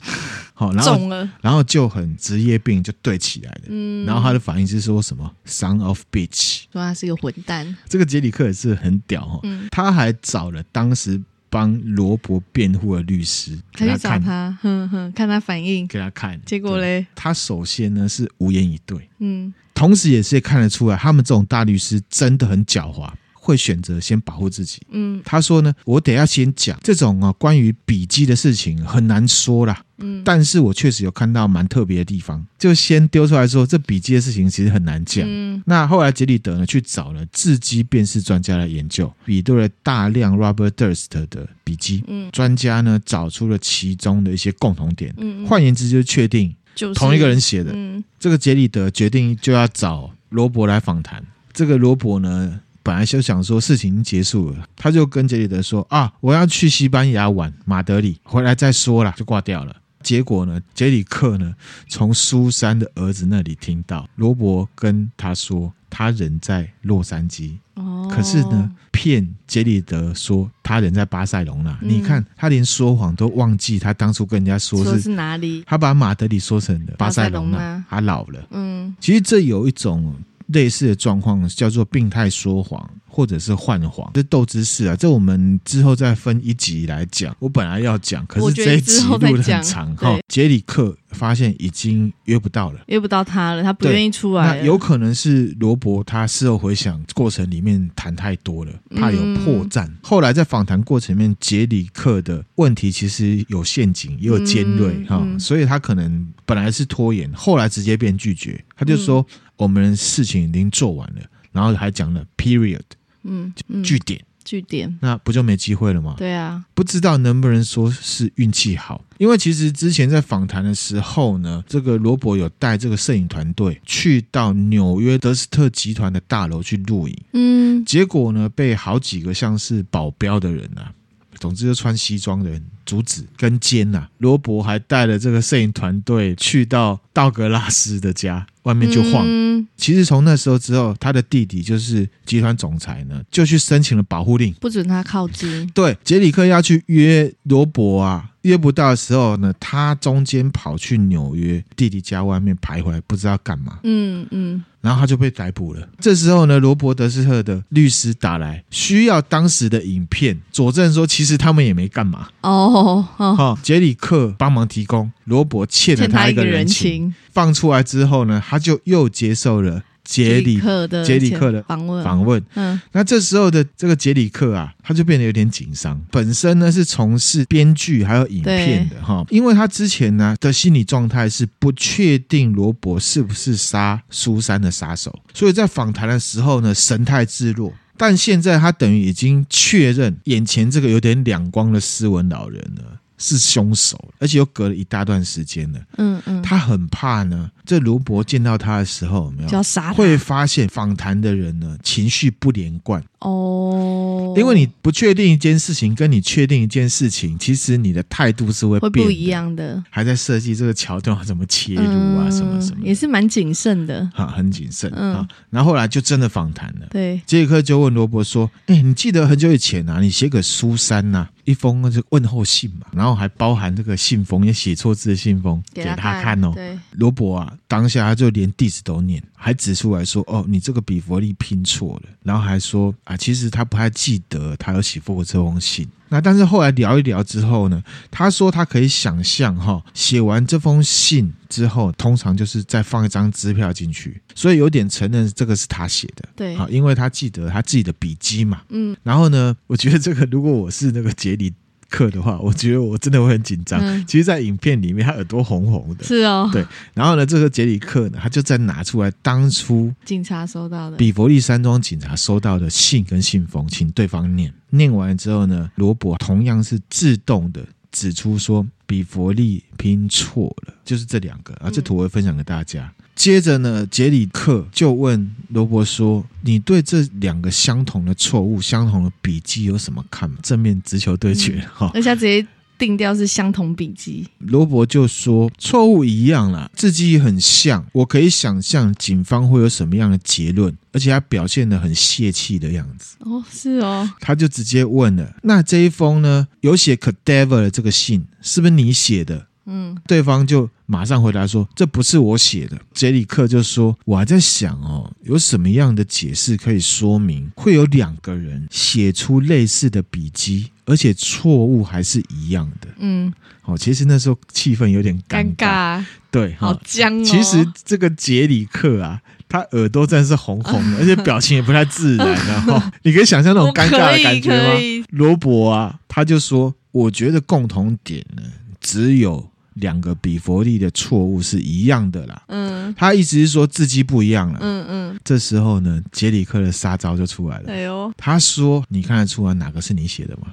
好，然后
中了
然后就很职业病就对起来了。
嗯，
然后他的反应是说什么 “son of bitch”，
说他是个混蛋，
这个杰里克也是很屌哈、哦，
嗯
他还找了当时帮罗伯辩护的律师给
他去
他
找
看，
他，哼哼，看他反应，
给他看，
结果
对，
嘞，
他首先呢是无言以对，
嗯
同时也是看得出来，他们这种大律师真的很狡猾，会选择先保护自己。
嗯
他说呢，我得要先讲这种啊、关于笔记的事情很难说啦，
嗯，
但是我确实有看到蛮特别的地方，就先丢出来说这笔记的事情其实很难讲。
嗯
那后来杰里德呢去找了字迹辨识专家来研究，比对了大量 Robert Durst 的笔迹，
嗯
专家呢找出了其中的一些共同点。
嗯，
换言之，就是确定
就是
同一个人写的。
嗯
这个杰里德决定就要找罗伯来访谈。这个罗伯呢，本来就想说事情已经结束了，他就跟杰里德说啊，我要去西班牙玩马德里，回来再说啦，就挂掉了。结果呢，杰里克呢，从苏珊的儿子那里听到罗伯跟他说，他人在洛杉矶，
哦，
可是呢，骗杰里德说他人在巴塞隆纳。
嗯
你看，他连说谎都忘记，他当初跟人家说
说
是，
是哪里？
他把马德里说成了巴塞隆纳
巴塞隆纳，
他老了。
嗯
其实这有一种类似的状况，叫做病态说谎。或者是幻谎，这斗知识啊，这我们之后再分一集来讲。我本来要讲，可
我
是
觉
这
得
一集
之后
录
再
的很
讲
长
对
哈。杰里克发现已经约不到了。
约不到他了，他不
对
愿意出来
那
了，
有可能是罗伯他事后回想过程里面谈太多了，
嗯
怕有破绽。后来在访谈过程里面，杰里克的问题其实有陷阱，也有尖锐
嗯
哈、
嗯
所以他可能本来是拖延，后来直接变拒绝。他就说、
嗯
我们事情已经做完了，然后还讲了 period
嗯嗯
据点，
据点，
那不就没机会了吗？
对啊，
不知道能不能说是运气好，因为其实之前在访谈的时候呢，这个罗伯有带这个摄影团队去到纽约德斯特集团的大楼去录影，
嗯
结果呢被好几个像是保镖的人啊。总之，就穿西装的人阻止跟监呐、罗伯还带了这个摄影团队去到道格拉斯的家外面就晃。
嗯
其实从那时候之后，他的弟弟就是集团总裁呢，就去申请了保护令。
不准他靠近，
对，杰里克要去约罗伯啊，约不到的时候呢，他中间跑去纽约弟弟家外面徘徊，不知道干嘛，
嗯嗯
然后他就被逮捕了。这时候呢，罗伯德斯特的律师打来，需要当时的影片佐证说，其实他们也没干嘛。
哦哦，
哈、杰里克帮忙提供，罗伯欠了
欠
他
他
一
一
个
个
人
人
情。
情，
放出来之后呢，他就又接受了杰里
克的
杰里克的
访问，
访问。
嗯
那这时候的这个杰里克啊，他就变得有点紧张。本身呢是从事编剧还有影片的哈，因为他之前呢的心理状态是不确定罗伯是不是杀苏珊的杀手，所以在访谈的时候呢神态自若。但现在他等于已经确认眼前这个有点两光的斯文老人呢，是凶手，而且又隔了一大段时间了。
嗯嗯，
他很怕呢，这罗伯见到他的时候，有没
就要
有
杀他
会发现访谈的人呢情绪不连贯，
哦，
因为你不确定一件事情，跟你确定一件事情，其实你的态度是会
会
变
不
的
一，样的，
还在设计这个桥段要怎么切入啊，
嗯
什么什么的，
也是蛮谨慎的，
啊，很谨慎
嗯
啊。然后后来就真的访谈了。
对，
杰克就问罗伯说：“哎、你记得很久以前啊，你写给苏珊呐、一封就是问候信嘛，然后还包含这个信封，也写错字的信封给他看哦。
对，”
罗伯啊，当下他就连地址都念，还指出来说：“哦，你这个比佛利拼错了。”然后还说：“啊，其实他不太记得他有写过这封信。”那但是后来聊一聊之后呢，他说他可以想象哈、写完这封信之后，通常就是再放一张支票进去，所以有点承认这个是他写的。
对
好，因为他记得他自己的笔记嘛。
嗯
然后呢，我觉得这个如果我是那个杰里克的话，我觉得我真的会很紧张。
嗯
其实，在影片里面，他耳朵红红的。
是哦，
对然后呢，这个杰里克呢，他就再拿出来当初
警察收到的，
比佛利山庄警察收到的信跟信封，请对方念。念完之后呢，罗伯同样是自动的指出说比佛利拼错了，就是这两个啊。这图我会分享给大家。接着呢，杰里克就问罗伯说：“你对这两个相同的错误、相同的笔记有什么看法？”正面直球对决哈、
而且他直接定调是相同笔迹，
罗伯就说：“错误一样啦，字迹很像，我可以想象警方会有什么样的结论，而且他表现得很泄气的样子。”
哦，是哦，
他就直接问了：“那这一封呢，有写 cadaver 的这个信，是不是你写的
嗯？”
对方就马上回答说：“这不是我写的。”杰里克就说：“我还在想哦，有什么样的解释可以说明会有两个人写出类似的笔记，而且错误还是一样的？
嗯，
哦，其实那时候气氛有点尴
尴尬，
对，
好
哈。
僵哦，
其实这个杰里克啊，他耳朵真的是红红 的，而且表情也不太自然。然后你可以想象那种尴尬的感觉
我
吗
可以可以？
罗伯啊，他就说：“我觉得共同点呢，只有两个比佛利的错误是一样的啦。”
嗯
他意思是说字迹不一样了。
嗯嗯，
这时候呢，杰里克的杀招就出来了。
哎呦，
他说：“你看得出来哪个是你写的吗？”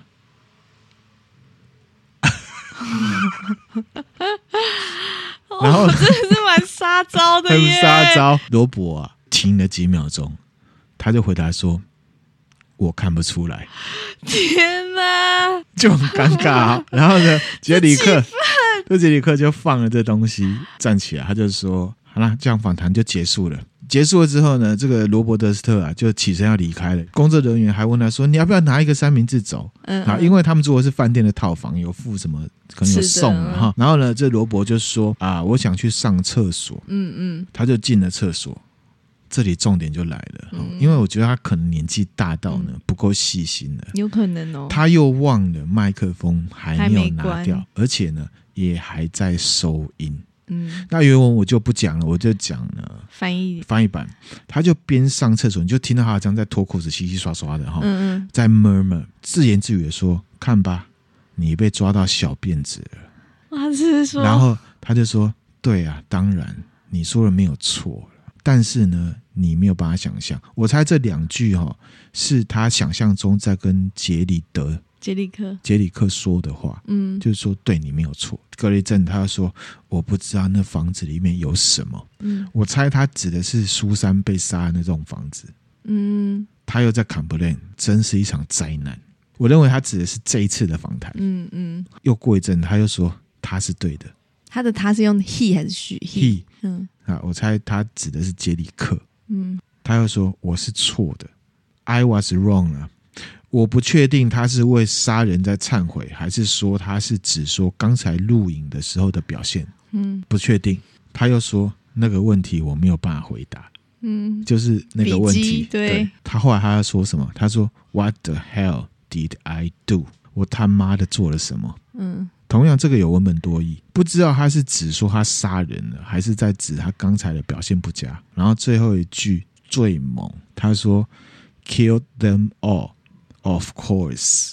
然后
哦 真的是蛮杀招 的
很
耶，
杀招。罗伯啊，停了几秒钟，他就回答说：“我看不出来。
天哪，”
就很尴尬、 啊。然后呢，杰里克，这杰里克就放了这东西，站起来，他就说：“好啦，这样访谈就结束了。”结束了之后呢，这个罗伯德斯特啊就起身要离开了。工作人员还问他说：“你要不要拿一个三明治走？”
嗯，
啊，因为他们住的是饭店的套房，有付什么可能有
吃的
送了哈。然后呢，这罗伯就说：“啊，我想去上厕所。”
嗯嗯
他就进了厕所。这里重点就来了，哦
嗯
因为我觉得他可能年纪大到呢不够细心了，
有可能哦，
他又忘了麦克风还没有
还没
拿
关
掉，而且呢也还在收音。
嗯，
那原文我就不讲了，我就讲呢
翻译，
翻译版，他就边上厕所，你就听到他好像在脱裤子洗洗刷刷的哈，
嗯嗯，
在 murmur 自言自语的说：“看吧，你被抓到小辫子了。”
哇，他是说，
然后他就说：“对啊，当然，你说的没有错，但是呢，你没有办法想象。我猜这两句哈、哦，是他想象中在跟杰里德
杰里克，
杰里克说的话，
嗯，
就是说对你没有错。格雷镇他说：我不知道那房子里面有什么。
嗯
我猜他指的是苏珊被杀的那栋房子。
嗯
他又在 complain，真是一场灾难。我认为他指的是这一次的访谈。
嗯嗯，
又过一阵，他又说他是对的
他的他是用 he 还是 she？he，
，he
嗯
啊，我猜他指的是杰里克。
嗯
他又说我是错的，I was wrong 啊。我不确定他是为杀人在忏悔，还是说他是只说刚才录影的时候的表现，
嗯
不确定。他又说那个问题我没有办法回答，
嗯，
就是那个问
笔
题
记。对
他后来他要说什么？他说 What the hell did I do？我他妈的做了什么？
嗯
同样，这个有文本多义，不知道他是指说他杀人了，还是在指他刚才的表现不佳。然后最后一句最猛，他说：“Kill them all, of course。”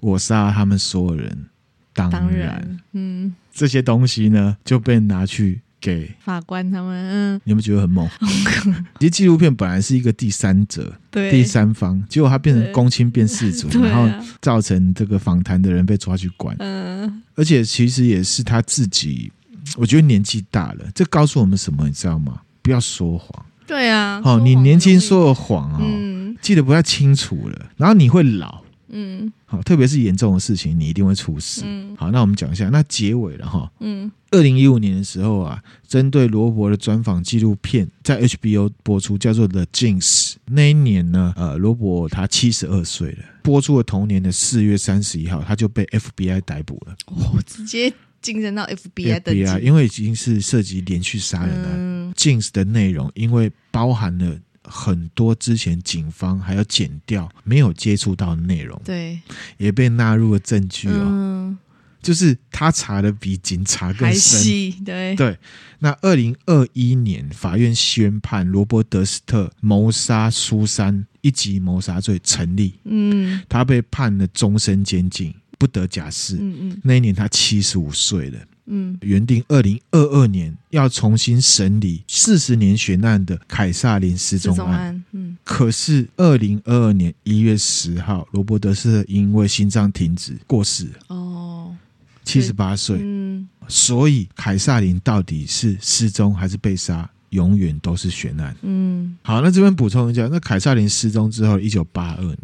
我杀了他们所有人，当然
当然，嗯
这些东西呢就被拿去给。
法官他们，嗯，
你有没有觉得 很猛？其实纪录片本来是一个第三者、
对，
第三方，结果他变成
对
公亲变事主，
对
然后
啊，
造成这个访谈的人被抓去关，
嗯，
而且其实也是他自己，我觉得年纪大了，这告诉我们什么，你知道吗？不要说谎
对啊。
哦，你
谎
年
很
轻
容易，
说的谎哦，
嗯
记得不太清楚了，然后你会老，
嗯
好、特别是严重的事情，你一定会出事。
嗯
好，那我们讲一下，那结尾了哈。
嗯，
二零一五年的时候啊，针对罗伯的专访纪录片在 HBO 播出，叫做《The Jinx》。那一年呢，呃，罗伯他七十二岁了。播出的同年的四月三十一号，他就被 FBI 逮捕了。
我直接晋升到 FBI 等级，
FBI 因为已经是涉及连续杀人案。
嗯
Jinx 的内容，因为包含了很多之前警方还有剪掉没有接触到的内容，
对，
也被纳入了证据哦。
嗯，
就是他查的比警察更
还
深。
细，对
对那二零二一年，法院宣判罗伯德斯特谋杀苏珊一级谋杀罪成立，
嗯
他被判了终身监禁，不得假释。
嗯嗯
那一年他七十五岁了，
嗯，
原定二零二二年要重新审理四十年悬案的凯撒林失
这
踪
种
案。
案，嗯
可是，二零二二年一月十号，罗伯德斯特因为心脏停止过世，
哦，
七十八岁。
嗯
所以凯撒琳到底是失踪还是被杀，永远都是悬案。
嗯
好，那这边补充一下，那凯撒琳失踪之后，一九八二年，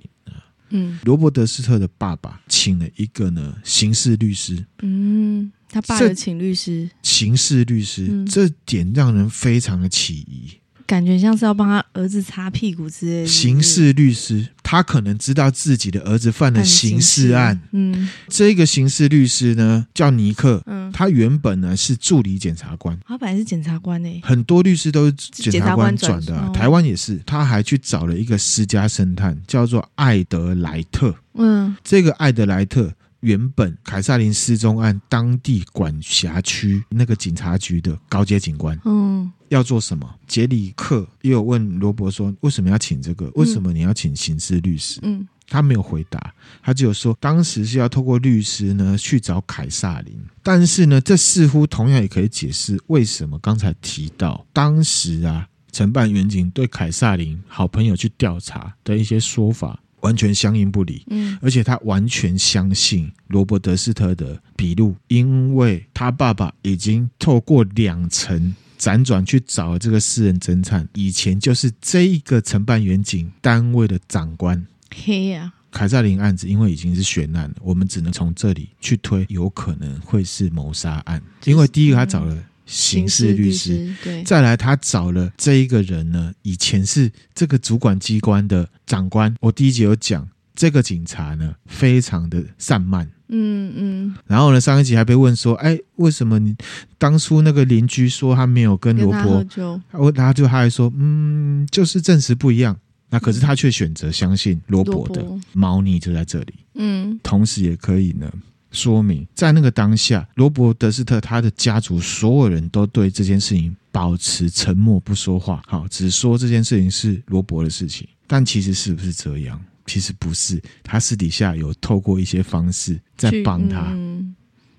嗯
罗伯德斯特的爸爸请了一个呢刑事律师，
嗯，他爸
这
有请律师，
刑事律师、
嗯
这点让人非常的起疑。
感觉像是要帮他儿子擦屁股之类的，
刑事律师他可能知道自己的儿子犯了
犯
刑事案，，
嗯
这个刑事律师呢叫尼克，
嗯，
他原本呢是助理检察官。
他本来是检察官诶，
很多律师都是检察官转的、啊
检察官转，的哦
台湾也是。他还去找了一个私家侦探，叫做艾德莱特。
嗯
这个艾德莱特原本凯撒林失踪案当地管辖区那个警察局的高阶警官，
嗯
要做什么？杰里克也有问罗伯说，为什么要请这个？为什么你要请刑事律师？
嗯
他没有回答，他只有说当时是要透过律师呢去找凯撒琳。但是呢，这似乎同样也可以解释为什么刚才提到当时啊，承办远景对凯撒琳好朋友去调查的一些说法完全相应不理。
嗯
而且他完全相信罗伯德斯特的笔录，因为他爸爸已经透过两层辗转去找这个私人侦探，以前就是这一个承办远景单位的长官，
黑啊呀，
凯撒林案子因为已经是悬案了，我们只能从这里去推，有可能会是谋杀案。因为第一个，他找了刑事律师；
师，对，
再来，他找了这一个人呢，以前是这个主管机关的长官。我第一集有讲，这个警察呢，非常的散漫。
嗯嗯，
然后呢，上一集还被问说，哎，为什么你当初那个邻居说他没有跟
跟
罗
他
伯
喝酒，
我他就他还说，嗯，就是证实不一样。那可是他却选择相信罗伯的
罗伯
猫腻就在这里，
嗯
同时也可以呢说明，在那个当下，罗伯德斯特他的家族所有人都对这件事情保持沉默不说话，好，只说这件事情是罗伯的事情。但其实是不是这样？其实不是，他私底下有透过一些方式在
去
帮他。
嗯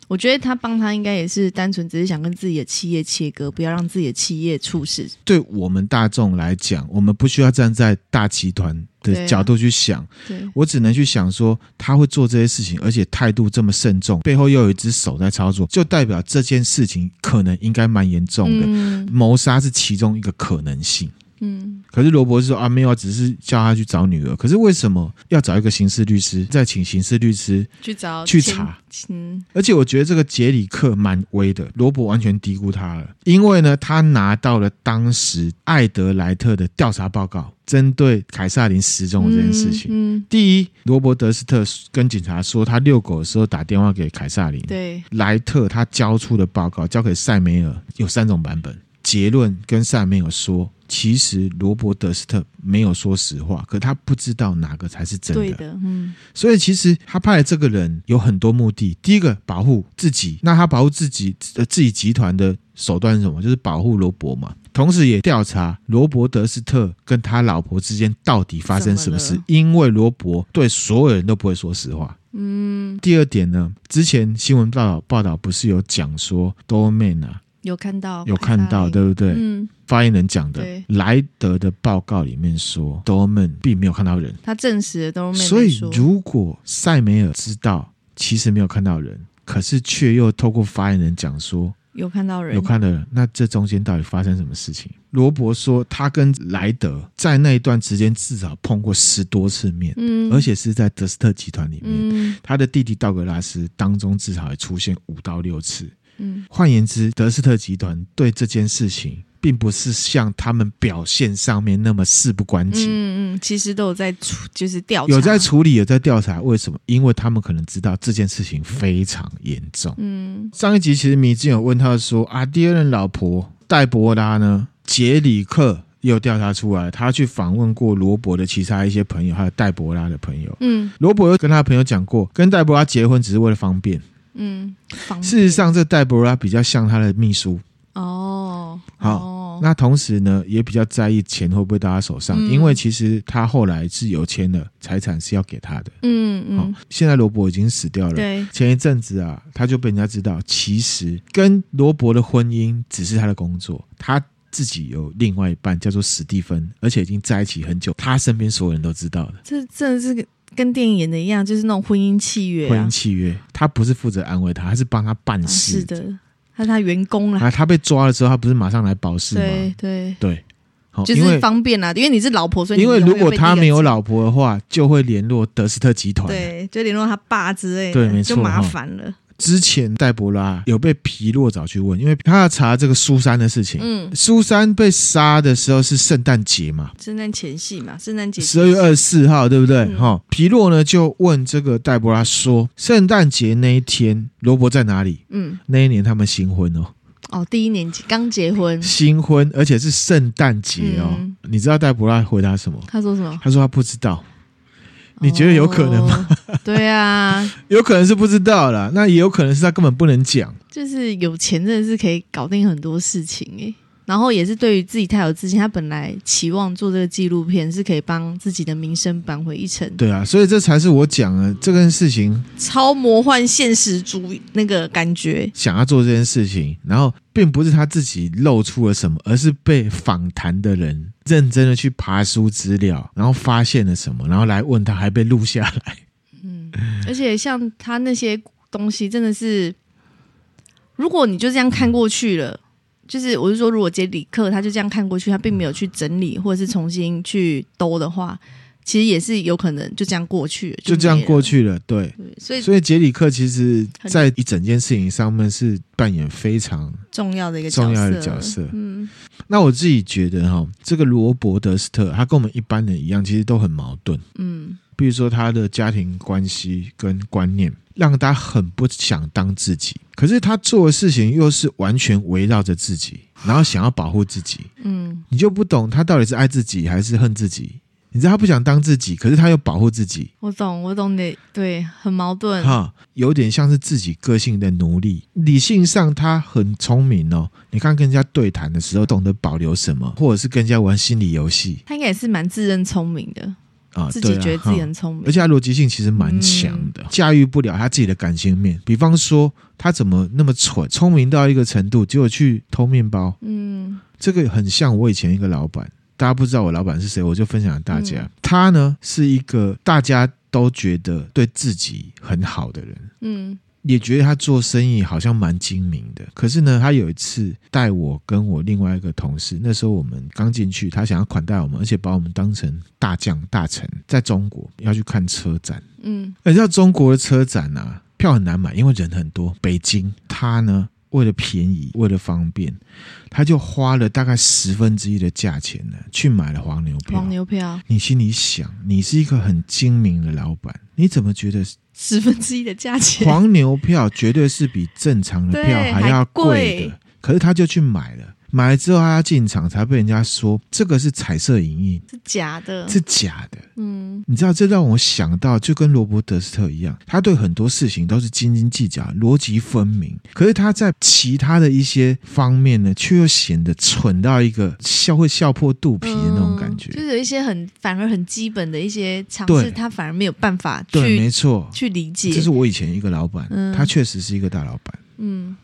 我觉得他帮他应该也是单纯只是想跟自己的企业切割，不要让自己的企业出事。
对我们大众来讲，我们不需要站在大集团
对
的
啊
角度去想，
对，
我只能去想说，他会做这些事情，而且态度这么慎重，背后又有一只手在操作，就代表这件事情可能应该蛮严重的。
嗯
谋杀是其中一个可能性。
嗯
可是罗伯是说啊，没有啊，只是叫他去找女儿。可是为什么要找一个刑事律师，再请刑事律师？
去找
去
前
查，
嗯
而且我觉得这个杰里克蛮威的，罗伯完全低估他了，因为呢，他拿到了当时艾德莱特的调查报告，针对凯撒琳失踪的这件事情。
嗯，嗯
第一，罗伯德斯特跟警察说，他遛狗的时候打电话给凯撒琳。
对，
莱特他交出的报告交给塞梅尔，有三种版本。结论跟塞梅尔说，其实罗伯德斯特没有说实话，可他不知道哪个才是真
对
的。
的，嗯
所以其实他派的这个人有很多目的。第一个，保护自己。那他保护自己呃自己集团的手段是什么？就是保护罗伯嘛。同时也调查罗伯德斯特跟他老婆之间到底发生什么事
怎么了，
因为罗伯对所有人都不会说实话。
嗯，
第二点呢，之前新闻报道报道不是有讲说多 man 啊，
有哦看到，
有看到，
的，
对不对？
嗯，
发言人讲的
对，
莱德的报告里面说，多曼并没有看到人，
他证实了都没
所以
说，
如果塞梅尔知道其实没有看到人，可是却又透过发言人讲说
有看到人，
有看到人，那这中间到底发生什么事情？罗伯说，他跟莱德在那一段时间至少碰过十多次面，
嗯，
而且是在德斯特集团里面。
嗯
他的弟弟道格拉斯当中至少也出现五到六次。
嗯
换言之，德斯特集团对这件事情并不是像他们表现上面那么事不关己，
嗯嗯，其实都有在处，就是调查，
有在，处理，有在调查。为什么？因为他们可能知道这件事情非常严重。
嗯
上一集其实米津有问他说啊，第二任老婆戴博拉呢，杰里克又调查出来，他去访问过罗伯的其他一些朋友，还有戴博拉的朋友。
嗯
罗伯又跟他朋友讲过，跟戴博拉结婚只是为了方便。
嗯，方
事实上，这戴博拉比较像他的秘书，
便哦，
好
哦，
那同时呢，也比较在意钱会不会到他手上，
嗯
因为其实他后来是有钱的，财产是要给他的。
嗯
好、
嗯，
现在罗伯已经死掉了。
对，
前一阵子啊，他就被人家知道，其实跟罗伯的婚姻只是他的工作，他自己有另外一半叫做史蒂芬，而且已经在一起很久，他身边所有人都知道的。
这真的是跟跟电影演的一样，就是那种婚姻契约
婚
啊
姻，契约，他不是负责安慰他，他是帮他办
啊
事。
是，的，他是他员工啦，
啊，他被抓了之后，他不是马上来保释
对
吗？
对，
对，好、
就
因为
是方便啦，因为你是老婆，所以你
因为
永远
如果
被
他
第一个
没有
知道
老婆的话，就会联络德斯特集团。，啊
对，就联络他爸之类的，
对没错
就
哈
麻烦了。
之前戴博拉有被皮洛找去问，因为他要查这个苏珊的事情。
嗯，
苏珊被杀的时候是圣诞节嘛，
圣诞前夕嘛，圣诞节
十二月二十四号，对不对？
嗯
哈、皮洛呢就问这个戴博拉说，圣诞节那一天罗伯在哪里？
嗯，
那一年他们新婚哦，
哦，第一年级刚结 婚，
新婚，而且是圣诞节哦。
嗯
你知道戴博拉回答什么？
他说什么？
他说他不知道。你觉得有可能吗
哦？对啊，
有可能是不知道啦，那也有可能是他根本不能讲。
就是有钱真的是可以搞定很多事情诶、然后也是对于自己太有自信，他本来期望做这个纪录片是可以帮自己的名声扳回一城，
对啊，所以这才是我讲的这件事情，
超魔幻现实主义那个感觉，
想要做这件事情，然后并不是他自己露出了什么，而是被访谈的人认真的去爬书资料，然后发现了什么，然后来问他，还被录下来。
而且像他那些东西，真的是，如果你就这样看过去了，就是我是说，如果杰里克他就这样看过去，他并没有去整理或者是重新去兜的话，其实也是有可能就这样过去了，
就这样过
去。
去了。对，
对，所以
所以杰里克其实在一整件事情上面是扮演非常
重要的一个
重要的角色。
嗯
那我自己觉得哈，这个罗伯德斯特他跟我们一般人一样，其实都很矛盾。
嗯
比如说他的家庭关系跟观念，让他很不想当自己。可是他做的事情又是完全围绕着自己，然后想要保护自己，
嗯，
你就不懂他到底是爱自己还是恨自己。你知道他不想当自己，可是他又保护自己，
我懂，我懂你，对，很矛盾，
哈，有点像是自己个性的奴隶。理性上他很聪明哦，你看跟人家对谈的时候懂得保留什么，或者是跟人家玩心理游戏
他应该也是蛮自认聪明的，
啊，
自己
对啊
觉得自己
哈
很聪明，
而且他逻辑性其实蛮强的，驾驭不了他自己的感性面。比方说，他怎么那么蠢，聪明到一个程度，结果去偷面包，
嗯
这个很像我以前一个老板。大家不知道我老板是谁，我就分享给大家。他呢是一个大家都觉得对自己很好的人，
嗯
也觉得他做生意好像蛮精明的。可是呢，他有一次带我跟我另外一个同事，那时候我们刚进去，他想要款待我们，而且把我们当成大将大臣，在中国要去看车展。
嗯
哎你知道中国的车展啊，票很难买，因为人很多。北京，他呢为了便宜，为了方便，他就花了大概十分之一的价钱呢，去买了黄牛票。
黄牛票
你心里想，你是一个很精明的老板，你怎么觉得
十分之一的价钱，
黄牛票绝对是比正常的票
对
还要
还
贵
贵
的？可是他就去买了，买了之后他要进场才被人家说这个是彩色影印，
是假的，
是假的。
嗯
你知道，这让我想到，就跟罗伯德斯特一样，他对很多事情都是斤斤计较，逻辑分明。可是他在其他的一些方面呢，却又显得蠢到一个笑会笑破肚皮的那种感觉。
嗯就是有一些很反而很基本的一些尝
对
试，他反而没有办法
对，
去
没错，
去理解，
这是我以前一个老板，
嗯
他确实是一个大老板。
嗯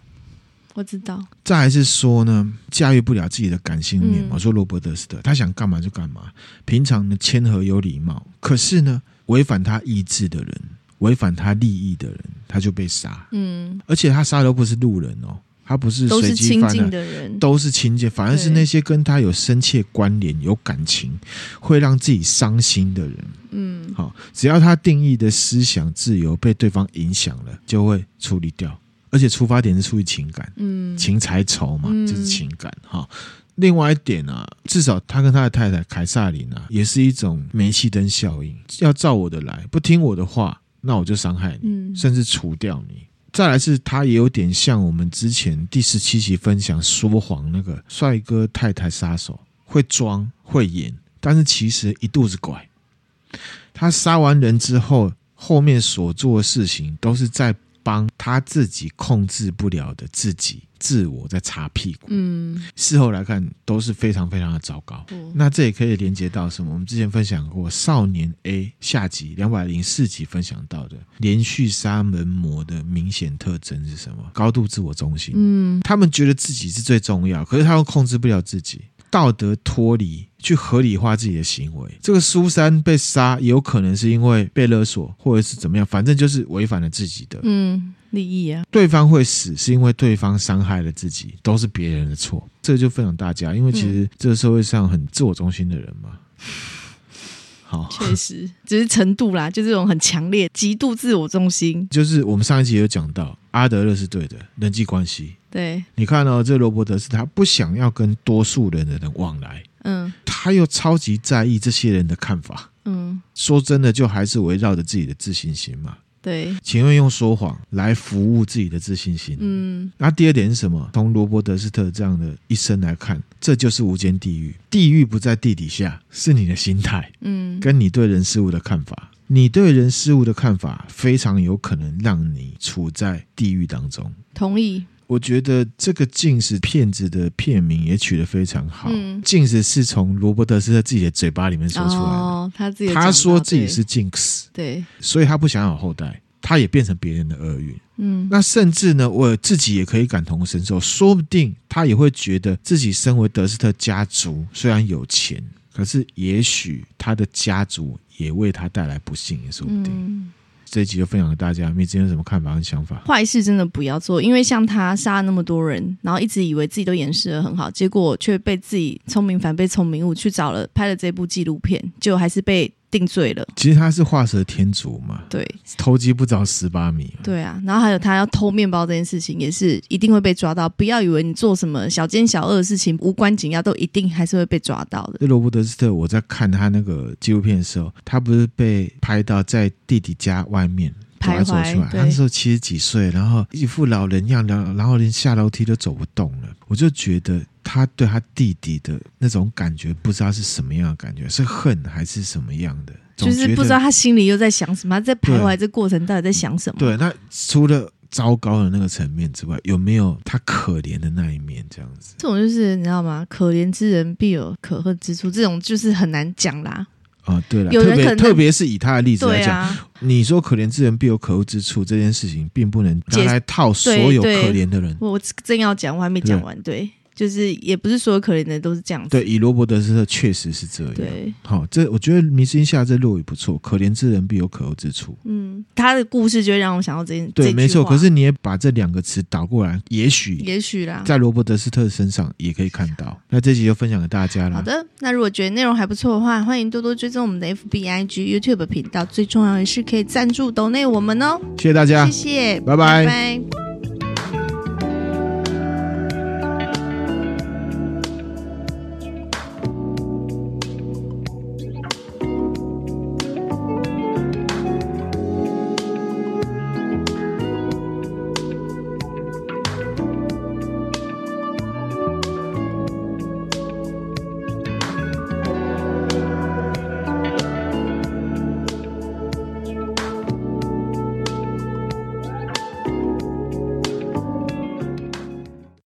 我知道，
再还是说呢，驾驭不了自己的感性面嘛。
嗯
说罗伯特斯特，他想干嘛就干嘛，平常呢谦和有礼貌，可是呢违反他意志的人，违反他利益的人，他就被杀，
嗯，
而且他杀的都不是路人哦，他不是
都
随
是
机
亲
犯
近
案。
的人，
都是情节，反而是
对
那些跟他有深切关联、有感情，会让自己伤心的人。
嗯，
好，只要他定义的思想自由被对方影响了，就会处理掉，而且出发点是出于情感。
嗯，
情财仇嘛，
嗯
就是情感哈。另外一点啊，至少他跟他的太太凯撒琳啊，也是一种煤气灯效应，要照我的来，不听我的话，那我就伤害你，
嗯，
甚至除掉你。再来是，他也有点像我们之前第十七期分享说谎那个帅哥太太杀手，会装会演，但是其实一肚子拐。他杀完人之后，后面所做的事情都是在帮他自己控制不了的自己自我在擦屁股。
嗯，
事后来看都是非常非常的糟糕。
不
那这也可以连接到什么？我们之前分享过《少年 A》下集两百零四集分享到的连续杀人魔的明显特征是什么？高度自我中心。
嗯，
他们觉得自己是最重要，可是他又控制不了自己，道德脱离，去合理化自己的行为。这个苏珊被杀，也有可能是因为被勒索，或者是怎么样，反正就是违反了自己的。
嗯，利益 啊，
对方会死，是因为对方伤害了自己，都是别人的错。这就分享大家，因为其实这个社会上很自我中心的人 嘛。好，
确实，只是程度啦，就这种很强烈、极度自我中心，
就是我们上一集有讲到，阿德勒是对的，人际关系。
对，
你看哦，这罗伯特是他不想要跟多数人的人往来，
嗯
他又超级在意这些人的看法。
嗯，
说真的，就还是围绕着自己的自信心嘛。
对，
请问用说谎来服务自己的自信心。
嗯
那第二点是什么？从罗伯德斯特这样的一生来看，这就是无间地狱。地狱不在地底下，是你的心态
嗯，
跟你对人事物的看法。你对人事物的看法，非常有可能让你处在地狱当中。
同意，
我觉得这个“镜子骗子”的片名也取得非常好。
嗯
镜子是从罗伯特斯特自己的嘴巴里面说出来的。
哦，他自己有
他
讲
说
到
自己是 Jinx，
对，对
所以他不想有后代，他也变成别人的厄运。
嗯，
那甚至呢，我自己也可以感同身受，说不定他也会觉得自己身为德斯特家族，虽然有钱，可是也许他的家族也为他带来不幸，也说不定。
嗯。
这一集就分享给大家，你之前有什么看法跟想法？
坏事真的不要做，因为像他杀了那么多人，然后一直以为自己都掩饰的很好，结果却被自己聪明反被聪明误，去找了拍了这部纪录片，就还是被定罪了。
其实他是画蛇添足嘛，
对
偷鸡不着蚀把米嘛。
对啊，然后还有他要偷面包这件事情，也是一定会被抓到。不要以为你做什么小奸小恶的事情无关紧要，都一定还是会被抓到的。
这罗伯德斯特，我在看他那个纪录片的时候，他不是被拍到在弟弟家外面走来
徘
走去嘛
徊，，
他那时
对，
候七十几岁，然后一副老人样，然后然后连下楼梯都走不动了。我就觉得他对他弟弟的那种感觉，不知道是什么样的感觉，是恨还是什么样的？总
就是
觉
不
得
知道他心里又在想什么，他在徘徊这过程到底在想什么。
对，那除了糟糕的那个层面之外，有没有他可怜的那一面？这样子
这种就是你知道吗？可怜之人必有可恨之处，这种就是很难讲啦。
啊、对了，
有
特
人可
别
能
特别是以他的例子来
对
讲，
啊，
你说可怜之人必有可恶之处这件事情，并不能拿
解
来套所有可
对对
怜的人。
我我正要讲，我还没讲完。对，就是也不是所有可怜的都是这样子。
对，以罗伯德斯特确实是这样。
对
好，这我觉得《迷之音下》这落语不错，可怜之人必有可恶之处。
嗯，他的故事就会让我想到这件
对，没错。可，
这句
是你也把这两个词倒过来，也
话
许
也许啦。
在罗伯德斯特身上也可以看到。那这集就分享给大家
好
啦。
的，那如果觉得内容还不错的话，欢迎多多追踪我们的 FB、IG、YouTube 频道。最重要的是可以赞助抖内我们哦，
谢谢大家
谢。谢，
啊拜拜
拜拜